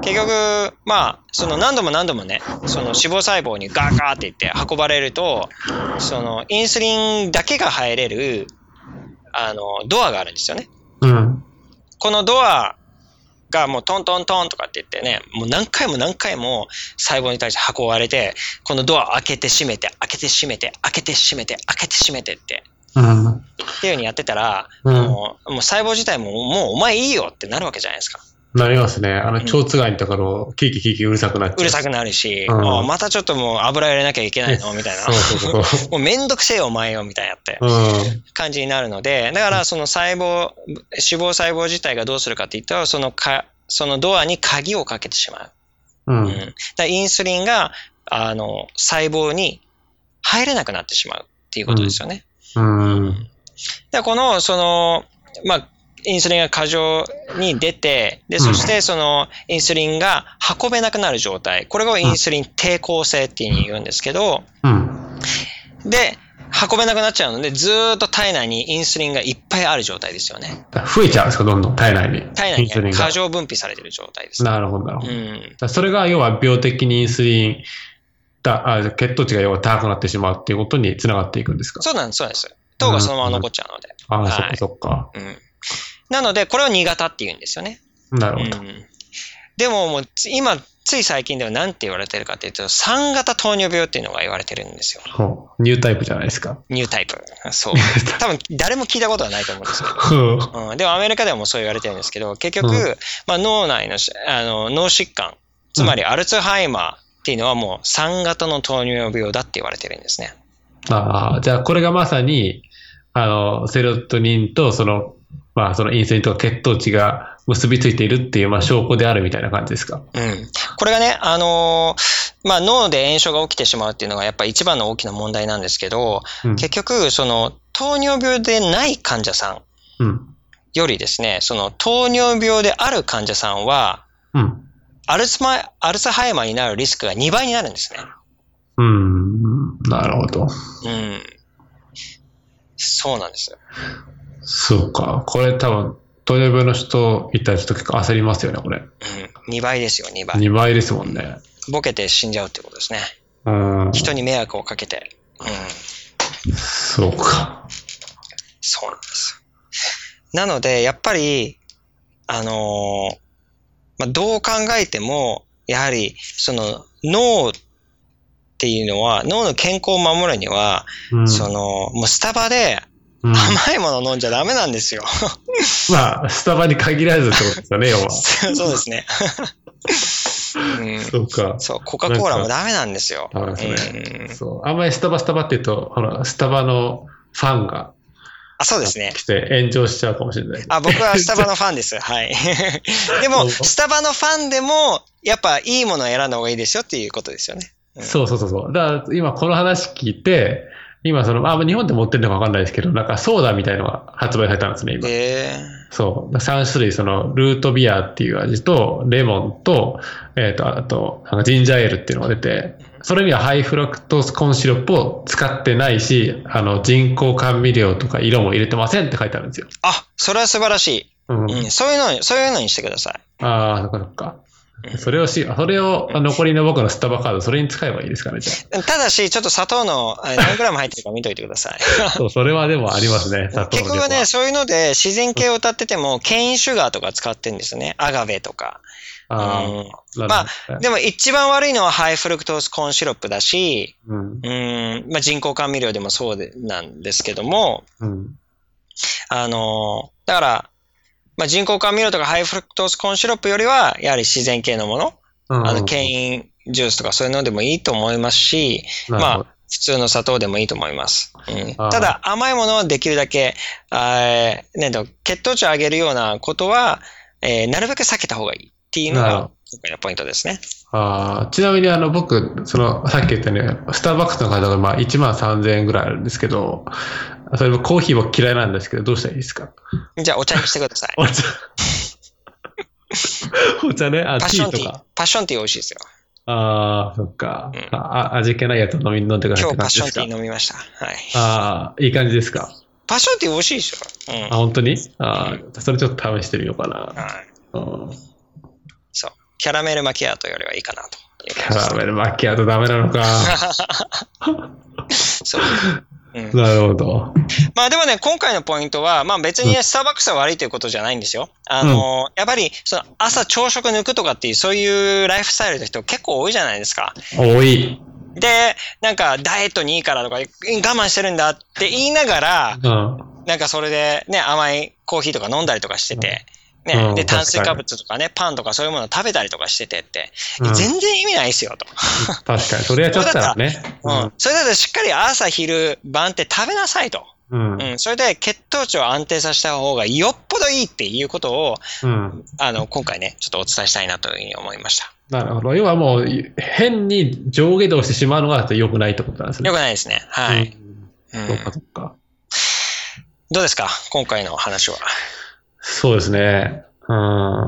結局、まあ、その何度も何度もね、その脂肪細胞にガーガーっていって運ばれると、そのインスリンだけが入れる、あの、ドアがあるんですよね。
うん。
このドアがもうトントントンとかって言ってね、もう何回も何回も細胞に対して運ばれて、このドア開けて閉めて、開けて閉めて、開けて閉めて、開けて閉めてって、
うん。
っていう風にやってたら、
うん
もうもう細胞自体ももうお前いいよってなるわけじゃないですか。
なりますね。あの、蝶つがいのところ、キーキーキーキーうるさくなっちゃう。
うるさくなるし、
うん
ああまたちょっともう油入れなきゃいけないのみたいな。
そうそうそう。
もうめんどくせえよお前よみたいなって
うん。
感じになるので、だからその細胞、脂肪細胞自体がどうするかって言ったら、そのか、そのドアに鍵をかけてしまう。
う
うん
ん。
だからインスリンがあの細胞に入れなくなってしまうっていうことですよね。
うん。
で、この、その、まあ、インスリンが過剰に出て、で、そしてそのインスリンが運べなくなる状態。これをインスリン抵抗性っていうふうに言うんですけど、
うん。
で、運べなくなっちゃうので、ずーっと体内にインスリンがいっぱいある状態ですよね。
増えちゃうんですか、どんどん体内に。イ
体
ン
内
スリン
に
が
過。剰分泌されてる状態です。
なるほど、なるほ
う
ど。だか
ん。
らそれが要は病的にインスリンだあ、血糖値が要は高くなってしまうっていうことにつながっていくんですか。
そうなんです、そうなんです。糖がそのまま残っちゃうので。
ああ、
はい
そっか
うん。なので、これを2型って言うんですよね。
そっか。なる
う
ほど。
ん。でももう、つ今、つい最近では何て言われてるかっていうと、3型糖尿病っていうのが言われてるんですよ。
ほうニュータイプじゃないですか。
ニュータイプ。そう。
[laughs]
多分、誰も聞いたことはないと思うんですよ。
うん
うん、でもアメリカではもうそう言われてるんですけど、結局、
うん
まあ、脳内のしあの脳疾患、つまりアルツハイマーっていうのはもう3型の糖尿病だって言われてるんですね。
ああ、じゃあこれがまさに、あの、セロトニンとその、まあそのインスリンとか血糖値が結びついているっていう、まあ証拠であるみたいな感じですか。
うん、これがね、あのーまあ、脳で炎症が起きてしまうっていうのがやっぱり一番の大きな問題なんですけど、
うん。
結局、その糖尿病でない患者さん
うん。
よりですね、その糖尿病である患者さんは、
うん。
アルツマアルツハイマーになるリスクが2倍になるんですね。
うん。なるほど。
うん。そうなんです。
そうか。これ多分、糖尿病の人いたらちょっと結構焦りますよね、これ。
うん。2倍ですよ、2倍。
2倍ですもんね。
ボケて死んじゃうってことですね。
うん。
人に迷惑をかけて。うん。
そうか。
そうなんです。なので、やっぱり、あのーまあ、どう考えても、やはり、その、脳っていうのは、脳の健康を守るには、
うん。
その、もうスタバで
うん
甘いもの飲んじゃダメなんですよ。 [laughs]
まあ、スタバに限らずってことですよね、要は。
そうですね。うん、
そうか。
そう、コカ・コーラもダメなんですよ。
ダメですね
うん
そう。あんまりスタバスタバって言うと、ほら、スタバのファンが
あ、そうですね。
来て炎上しちゃうかもしれない。
あ、僕はスタバのファンです。はい。 [laughs] でも、スタバのファンでも、やっぱいいものを選んだ方がいいですよっていうことですよね。うん
そうそうそうそう。だから今この話聞いて、今その、あ、日本で持ってるのか分かんないですけど、なんかソーダみたいのが発売されたんですね、今。
ええ
そう。3種類、その、ルートビアっていう味と、レモンと、えっ、と、あと、なんかジンジャーエールっていうのが出て、それにはハイフラクトスコーンシロップを使ってないし、あの、人工甘味料とか色も入れてませんって書いてあるんですよ。
あ、それは素晴らし
うん
い。。うん、そういうのに、そういうのにしてくださ
ああ、そっかそっか。
うん
それをし、それを、残りの僕のスタバカード、それに使えばいいですかね、じゃあ。
い。ただし、ちょっと砂糖のあ何グラム入ってるか見といてください。 [laughs]
そう、それはでもありますね、砂糖
結
の量は
局ね、そういうので自然系を歌ってても、ケインシュガーとか使ってるんですね。アガベとか。
あ
うん
あ、なるほど
まあ、でも一番悪いのはハイフルクトースコーンシロップだし、
うん。
うん、まあ人工甘味料でもそうでなんですけども、
うん。
あのーだから、まあ、人工甘味料とかハイフルクトースコーンシロップよりは、やはり自然系のもの、あの、ケインジュースとかそういうのでもいいと思いますし、
なるほど
まあ、普通の砂糖でもいいと思います。うん、
あー
ただ、甘いものはできるだけ、あーね、と血糖値を上げるようなことは、えーなるべく避けた方がいいっていうの
なるほ
が
ど、
今回のポイントですね。
あーちなみに、あの、僕、その、さっき言ったように、スターバックスの方が、まあ、1万3000円ぐらいあるんですけど、それもコーヒー僕嫌いなんですけど、どうしたらいいですか
じゃあ、お茶にしてください。
お茶。 [laughs] お茶ね、あ、
パッ
テ
シ
ィ
ョン
ー
テ
と
ィー。
か。
パッションティー美味しいですよ。
ああ、そっか
うん。
ああ味気ないやつ飲み、飲んでください
今
っ
日
て
パッシ
感じで
ョン
す
テ
か
ィー飲みました。はい。
ああ、いい感じですか。
パッションティー美味しいでしょ。うん。
あ、本当にああ、それちょっと試してみようかな。
はい。
うん
そう。キャラメルマキアートよりはいいかなという
キ
感じで
ャラメルマキアートダメなのか。
す。 [laughs] そう。うん、
なるほど。
まあでもね、今回のポイントは、まあ別にね、スターバックスは悪いということじゃないんですよ。あの、やっぱり、その朝朝食抜くとかっていう、そういうライフスタイルの人結構多いじゃないですか。
多い。
で、なんかダイエットにいいからとか、我慢してるんだって言いながら、
うん。
なんかそれでね、甘いコーヒーとか飲んだりとかしてて、
う
ね、
ん
で、炭水
確か
化
に
物とかね、パンとかそういうものを食べたりとかしててって、
うん
全然意味ないですよ、と。
確かに。それはちょっとだね。
うん。それだとしっかり朝、昼、晩って食べなさいと。
うん。うん。
うん。それで血糖値を安定させた方がよっぽどいいっていうことを、
うん。
あの、今回ね、ちょっとお伝えしたいなというふうに思いました。
なるほど。要はもう、変に上下動してしまうのが良くないってことなんですね。
よくないですね。はい。
うん
うん
そっかそっか。
どうですか今回の話は。 [laughs]
そうですね。うん。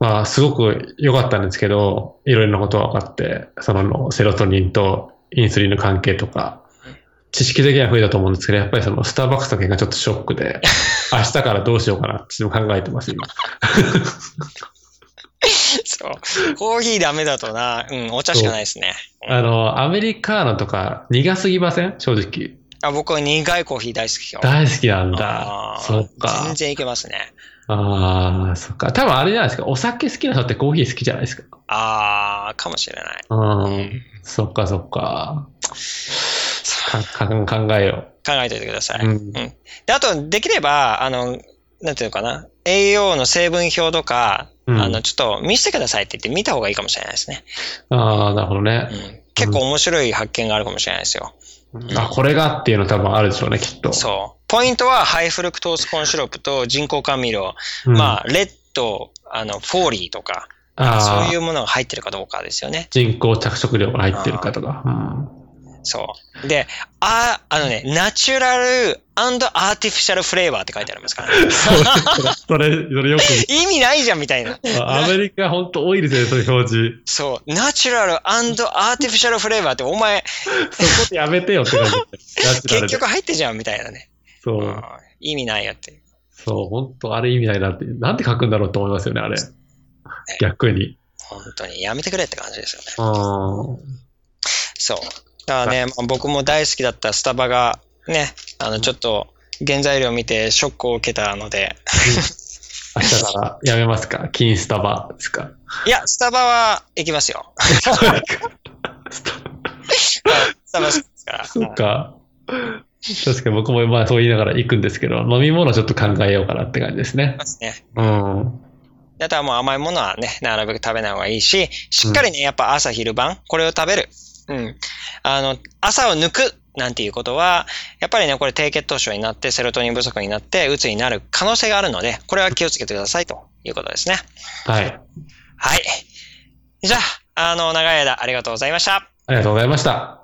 まあ、すごく良かったんですけど、いろいろなことが分かって、そのセロトニンとインスリンの関係とか、知識的には増えたと思うんですけど、やっぱりそのスターバックスの件がちょっとショック [laughs] で、明日からどうしようかなっていうのを考えてます、今。
そう。コーヒーダメだとな、うん、お茶しかないですね。
あの、アメリカーノとか苦すぎません正直。
あ僕、苦いコーヒー大好きよ。
大好きなん
あ
だ。
ー
そっか。
全然いけますね。
ああ、そっか。多分あれじゃないですか。お酒好きな人ってコーヒー好きじゃないですか。
あー、かもしれない。
うん。そっかそっか。か、か、考えよ
考えておいてください。
う。う
で、
ん。
あと、できれば、あの、なんていうのかな。栄養の成分表とか、
うん
あの、ちょっと見せてくださいって言って見た方がいいかもしれないですね。
ああ、なるほど
う
ね。
ん、結構面白い発見があるかもしれないですよ。
あ、これがっていうの多分あるでしょうね、きっと。
そう。ポイントは、ハイフルクトースコーンシロップと人工甘味料、
うん
まあ、レッド、あの、フォーリーとか、
あー
そういうものが入ってるかどうかですよね。
人工着色料が入ってるかとか。うん
そう。で、あ、あのね、ナチュラルアーティフィシャルフレーバーって書いてありますから、
[laughs]
ね、
そう、それ、それ
[laughs]
よく
意味ないじゃんみたいな。
見る、アメリカ本当多いですよね、そういう表示。
そう。ナチュラルアーティフィシャルフレーバーってお
[laughs]
前、
そこでやめてよって感じ。ナチュラ
結
ルで
局入ってじゃんみたいなね。。
そううん
意味ないよっていう。
そう、本当あれ意味ないなって、なんで書くんだろうと思いますよね、あれ。逆に。
本当にやめてくれって感じですよね。
うん。
そう。だからね、まあ僕も大好きだったスタバが、ね、あの、ちょっと、原材料見てショックを受けたので、
明日からやめますか金スタバですか
いや、スタバは行きます
[laughs]
よ。 [laughs] スタバ好き
[laughs]
ですから。
そっか。確かに僕もまあそう言いながら行くんですけど、飲み物ちょっと考えようかなって感じですね。
ますね。
うん。
あとはもう甘いものはね、なるべく食べない方がいいし、しっかりね、やっぱ朝昼晩、これを食べる。うん。あの、朝を抜くなんていうことは、やっぱりね、これ低血糖症になって、セロトニン不足になって、鬱になる可能性があるので、これは気をつけてくださいということですね。
はい。
はい。じゃあ、あの、長い間ありがとうございました。
ありがとうございました。